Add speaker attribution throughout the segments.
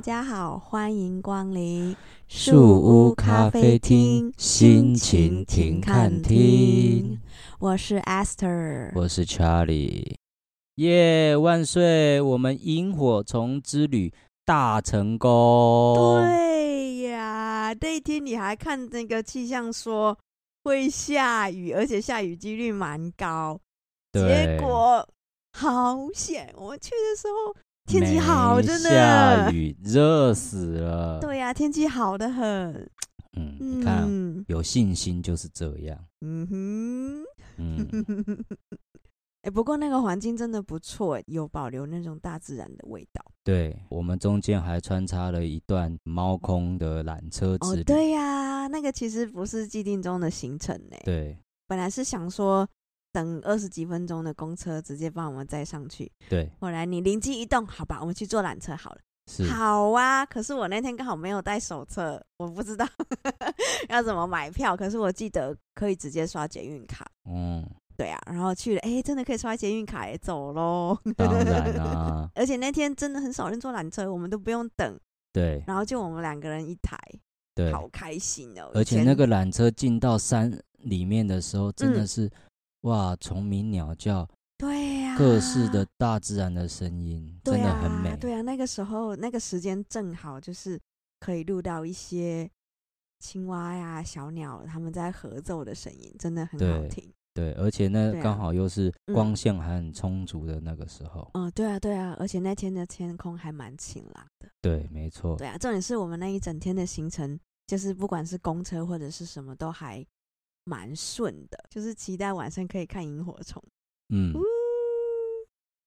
Speaker 1: 家好，欢迎光临
Speaker 2: 树屋咖啡厅，心情停看厅。。
Speaker 1: 我是 Esther，
Speaker 2: 我是 Charlie，耶万岁！我们萤火虫之旅大成功。
Speaker 1: 对呀，那一天你还看那个气象说会下雨，而且下雨几率蛮高。结果好险，我们去的时候天气好
Speaker 2: 没
Speaker 1: 着
Speaker 2: 下
Speaker 1: 呢。
Speaker 2: 雨热死了。，
Speaker 1: 对呀、天气好的很。
Speaker 2: 嗯，你看，
Speaker 1: 嗯
Speaker 2: 有信心就是这样。
Speaker 1: 嗯哼。
Speaker 2: 嗯，
Speaker 1: 哎、不过那个环境真的不错，有保留那种大自然的味道。
Speaker 2: 对，我们中间还穿插了一段猫空的缆车之
Speaker 1: 哦
Speaker 2: 旅。，
Speaker 1: 对呀、那个其实不是既定中的行程呢。
Speaker 2: 对
Speaker 1: 本来是想说等二十几分钟的公车直接帮我们载上去，
Speaker 2: 对
Speaker 1: 后来你灵机一动，好吧，我们去坐缆车好了。
Speaker 2: 是，
Speaker 1: 好啊，可是我那天刚好没有带手册，我不知道 要怎么买票。可是我记得可以直接刷捷运卡，
Speaker 2: 嗯，
Speaker 1: 对啊。然后去了，哎、真的可以刷捷运卡、哎，走喽。
Speaker 2: 当然啊，
Speaker 1: 而且那天真的很少人坐缆车，我们都不用等，
Speaker 2: 对
Speaker 1: 然后就我们两个人一台，
Speaker 2: 对，
Speaker 1: 好开心哦！
Speaker 2: 而
Speaker 1: 以
Speaker 2: 且
Speaker 1: 前
Speaker 2: 那个缆车进到山里面的时候，
Speaker 1: 嗯
Speaker 2: 真的是、哇，虫鸣鸟叫，
Speaker 1: 对呀、
Speaker 2: 各式的大自然的声音，
Speaker 1: 啊对
Speaker 2: 真的
Speaker 1: 啊
Speaker 2: 很美。
Speaker 1: 对啊，那个时候那个时间正好就是可以录到一些青蛙呀、小鸟它们在合奏的声音，真的很好
Speaker 2: 对
Speaker 1: 听。
Speaker 2: 对而且那
Speaker 1: 对啊
Speaker 2: 刚好又是
Speaker 1: 嗯
Speaker 2: 光线还很充足的那个时候。
Speaker 1: 哦，对啊，对啊，而且那天的天空还蛮晴朗的。
Speaker 2: 对，没错，
Speaker 1: 对啊，重点是我们那一整天的行程，就是不管是公车或者是什么，都还蛮顺的。就是期待晚上可以看萤火虫。
Speaker 2: 嗯
Speaker 1: 呜，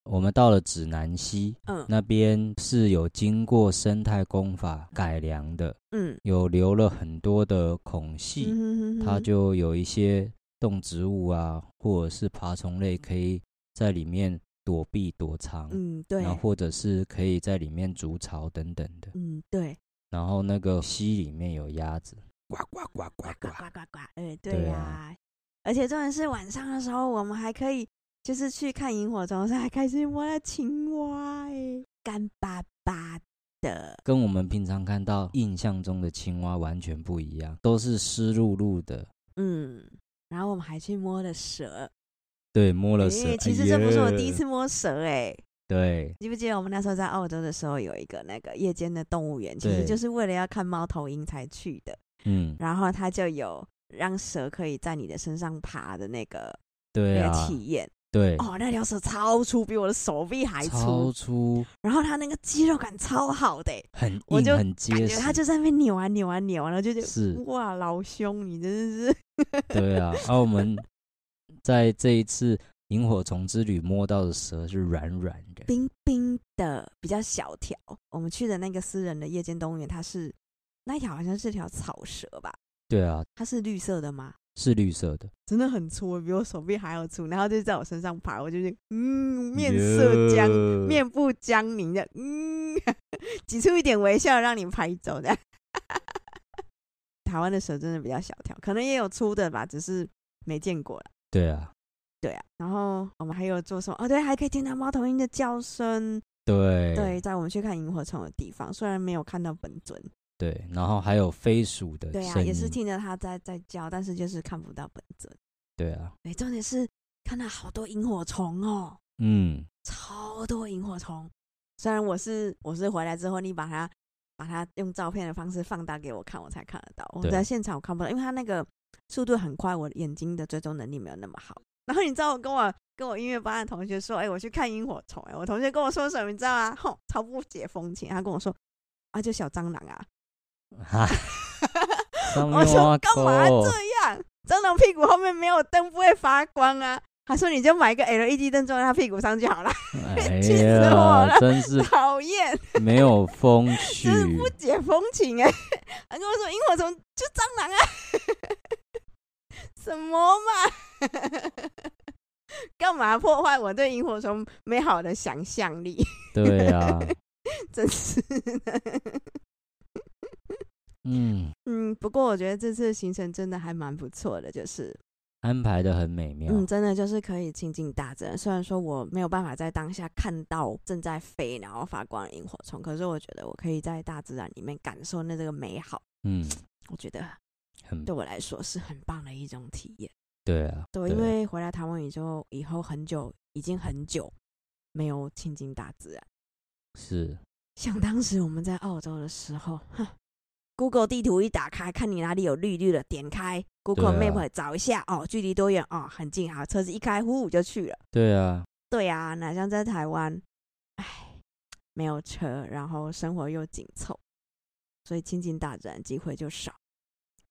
Speaker 2: 我们到了指南溪
Speaker 1: 嗯
Speaker 2: 那边是有经过生态工法改良的，
Speaker 1: 嗯，
Speaker 2: 有留了很多的孔
Speaker 1: 嗯
Speaker 2: 隙，
Speaker 1: 哼哼哼
Speaker 2: 它
Speaker 1: 哼
Speaker 2: 就有一些动植物啊，或者是爬虫类可以在里面躲避躲藏，
Speaker 1: 嗯对
Speaker 2: 然后，或者是可以在里面筑巢等等的。
Speaker 1: 嗯对，
Speaker 2: 然后那个溪里面有鸭子，呱呱呱呱
Speaker 1: 呱
Speaker 2: 呱，
Speaker 1: 呱呱呱，哎、对
Speaker 2: 对
Speaker 1: 呀、
Speaker 2: 啊
Speaker 1: 而且重点是晚上的时候，我们还可以就是去看萤火虫，的时候还开始摸到青蛙、哎，干巴巴的，
Speaker 2: 跟我们平常看到印象中的青蛙完全不一样，都是湿漉漉的。
Speaker 1: 嗯。然后我们还去摸了蛇，
Speaker 2: 对，摸了
Speaker 1: 哎
Speaker 2: 蛇。
Speaker 1: 其实
Speaker 2: 哎
Speaker 1: 这不是我
Speaker 2: 呀
Speaker 1: 第一次。摸蛇、哎，
Speaker 2: 对
Speaker 1: 记不记得我们那时候在澳洲的时候有一个那个夜间的动物园，其实
Speaker 2: 对
Speaker 1: 就是为了要看猫头鹰才去的。
Speaker 2: 嗯，
Speaker 1: 然后它就有让蛇可以在你的身上爬的那个、
Speaker 2: 对
Speaker 1: 那个，
Speaker 2: 啊
Speaker 1: 体验。
Speaker 2: 对，
Speaker 1: 哦，那条蛇超粗，比我的手臂还粗
Speaker 2: 超，粗，
Speaker 1: 然后它那个肌肉感超好的欸、
Speaker 2: 很硬
Speaker 1: 我就
Speaker 2: 很
Speaker 1: 感
Speaker 2: 结
Speaker 1: 觉
Speaker 2: 实，
Speaker 1: 它就在那边扭啊扭啊扭啊，然后就觉得
Speaker 2: 是
Speaker 1: 哇，老兄，你真的是
Speaker 2: 对啊，而、我们在这一次萤火虫之旅摸到的蛇是软软的，
Speaker 1: 冰冰的，比较小条。我们去的那个私人的夜间动物园，它是那条好像是条草蛇吧？
Speaker 2: 对啊，
Speaker 1: 它是绿色的吗？
Speaker 2: 是绿色的，
Speaker 1: 真的很粗，比我手臂还要粗，然后就在我身上爬，我就是嗯，面色僵
Speaker 2: Yeah
Speaker 1: 面部僵凝的，嗯， 挤出一点微笑让你拍走的。 台湾的蛇真的比较小条，可能也有粗的吧，只是没见过了。
Speaker 2: 对啊，
Speaker 1: 对啊，然后我们还有做什么？哦，对，还可以听到猫头鹰的叫声。
Speaker 2: 对
Speaker 1: 对，在我们去看萤火虫的地方，虽然没有看到本尊，
Speaker 2: 对然后还有飞鼠的
Speaker 1: 对啊，
Speaker 2: 声
Speaker 1: 也是
Speaker 2: 音
Speaker 1: 听着它在在叫，但是就是看不到本尊。
Speaker 2: 对啊，
Speaker 1: 对，重点是看到好多萤火虫哦。
Speaker 2: 嗯，
Speaker 1: 超多萤火虫。虽然我是我是回来之后，你把它把它用照片的方式放大给我看，我才看得到。我
Speaker 2: 对
Speaker 1: 在现场我看不到，因为它那个速度很快，我眼睛的追踪能力没有那么好。 然后你知道我跟我跟我音乐班的同学说，哎、我去看萤火虫，哎，我同学跟我说什么，你知道吗？ 吼，超不解风情，他跟我说。啊，就小啊蟑螂啊！
Speaker 2: 哈，上
Speaker 1: 我
Speaker 2: 面
Speaker 1: 说
Speaker 2: 挖
Speaker 1: 干嘛
Speaker 2: 沟
Speaker 1: 这样？ 蟑螂屁股后面没有灯不会发光啊！他说你就买一个 LED 灯装在它屁股上就好了，
Speaker 2: 哎
Speaker 1: 气死我了
Speaker 2: 呀，真是
Speaker 1: 讨厌。
Speaker 2: 没有 风趣，
Speaker 1: 真是不解风情 哎、还跟我说萤火虫就蟑螂啊， 什么嘛？ 干嘛破坏我对萤火虫美好的想象力？
Speaker 2: 对啊，
Speaker 1: 真是的。
Speaker 2: 嗯，
Speaker 1: 嗯嗯，不过我觉得这次的行程真的还蛮不错的，就是
Speaker 2: 安排的很美妙。
Speaker 1: 嗯，真的就是可以亲近大自然。虽然说我没有办法在当下看到正在飞然后发光的萤火虫，可是我觉得我可以在大自然里面感受那这个美好。
Speaker 2: 嗯，
Speaker 1: 我觉得
Speaker 2: 很
Speaker 1: 对我来说是很棒的一种体验。
Speaker 2: 对啊，
Speaker 1: 对，因为回来台湾以后，以后很久已经很久没有亲近大自然。
Speaker 2: 是
Speaker 1: 想当时我们在澳洲的时候，哼，Google 地图一打开，看你哪里有绿绿的，点开 Google
Speaker 2: 对啊
Speaker 1: Map 找一下，哦，距离多远？哦，很近，好，车子一开，呼就去了。
Speaker 2: 对啊，
Speaker 1: 对啊，哪像在台湾，唉，没有车，然后生活又紧凑，所以亲近大自然机会就少。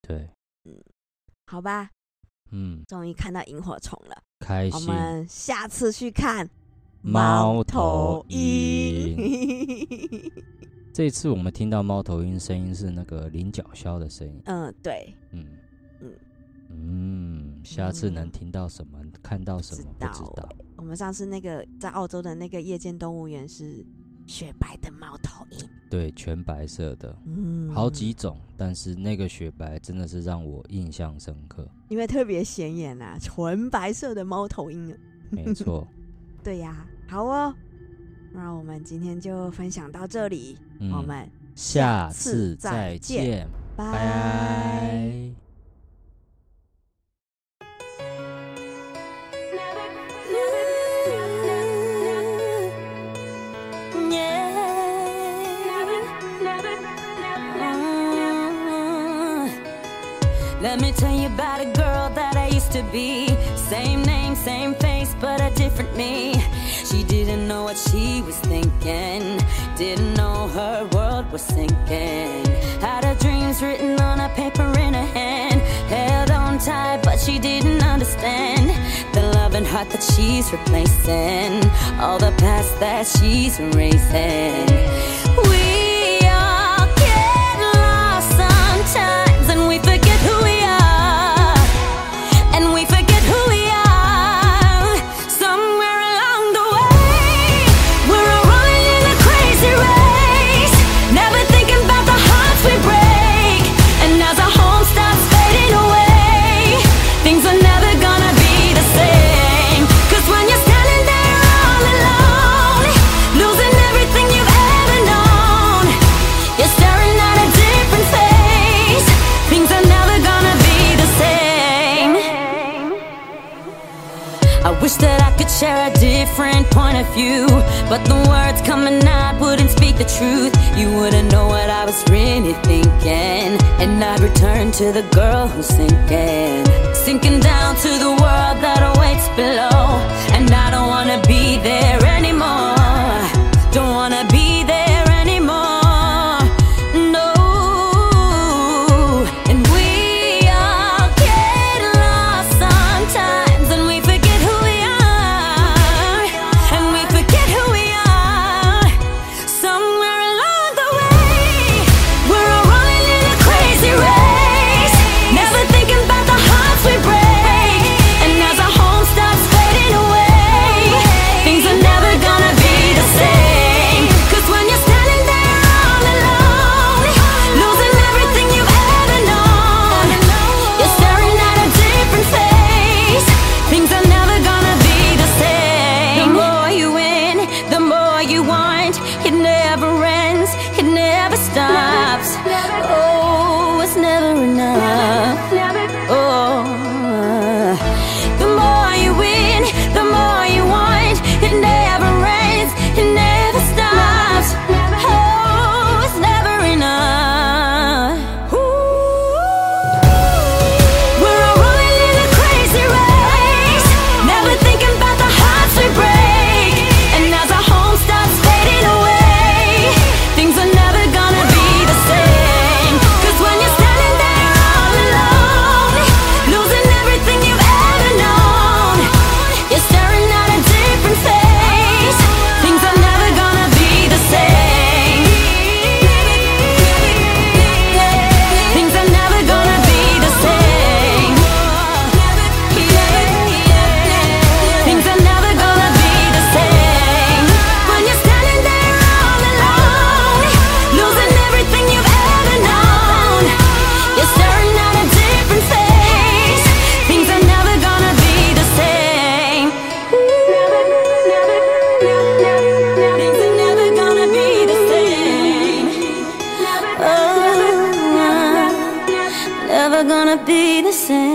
Speaker 2: 对，
Speaker 1: 好吧，
Speaker 2: 嗯，
Speaker 1: 终于看到萤火虫了，
Speaker 2: 开
Speaker 1: 我
Speaker 2: 心，
Speaker 1: 们下次去看
Speaker 2: 猫
Speaker 1: 头
Speaker 2: 头鹰。 这次我们听到猫头鹰声音是那个菱角鸮的声音，
Speaker 1: 嗯，对，
Speaker 2: 嗯
Speaker 1: 嗯
Speaker 2: 嗯，下次能听到什么，看到什么
Speaker 1: 不
Speaker 2: 不
Speaker 1: 知
Speaker 2: 知
Speaker 1: 道
Speaker 2: 道。
Speaker 1: 我们上次那个在澳洲的那个夜间动物园是雪白的猫头鹰，
Speaker 2: 对，全白色的，
Speaker 1: 嗯，
Speaker 2: 好几，种，但是那个雪白真的是让我印象深 刻。
Speaker 1: 因为特别显眼啊，纯白色的猫头鹰啊，
Speaker 2: 没错，
Speaker 1: 对呀、好哦，那我们今天就分享到这里，
Speaker 2: 嗯，
Speaker 1: 我们
Speaker 2: 下
Speaker 1: 次
Speaker 2: 次
Speaker 1: 再
Speaker 2: 再
Speaker 1: 见
Speaker 2: 见，
Speaker 1: 拜
Speaker 2: 拜。
Speaker 3: Let me tell you about a girl that I used to be. Same name, same face, but a different me. She didn't know what she was thinking. Didn't know her world was sinking. Had her dreams written on a paper in her hand. Held on tight, but she didn't understand. The love and heart that she's replacing. All the past that she's erasing. We all get lost sometimes and we forget who we are. And we forget who we are. Somewhere along the way, we're all rolling in a crazy race. Never thinking about the hearts we break. And as our home starts fading away, things are never gonna be the same. Cause when you're standing there all alone, losing everything you've ever known, you're staring at a different face. Things are never gonna be the same. I wish that I could share a different point of view. But the words coming out wouldn't speak the truth. You wouldn't know what I was really thinking. And I'd return to the girl who's sinking. Sinking down to the world that awaits below. And I don't wanna be there anymore. Don't wanna be there anymore. No. And we all get lost sometimes, and we forget who we are. And we forget who we are. Somewhere along the way, we're all rolling in a crazy race. Never thinking about the hearts we break. And as our home starts fading away, things are never gonna be oh, Oh, Oh, not be the same.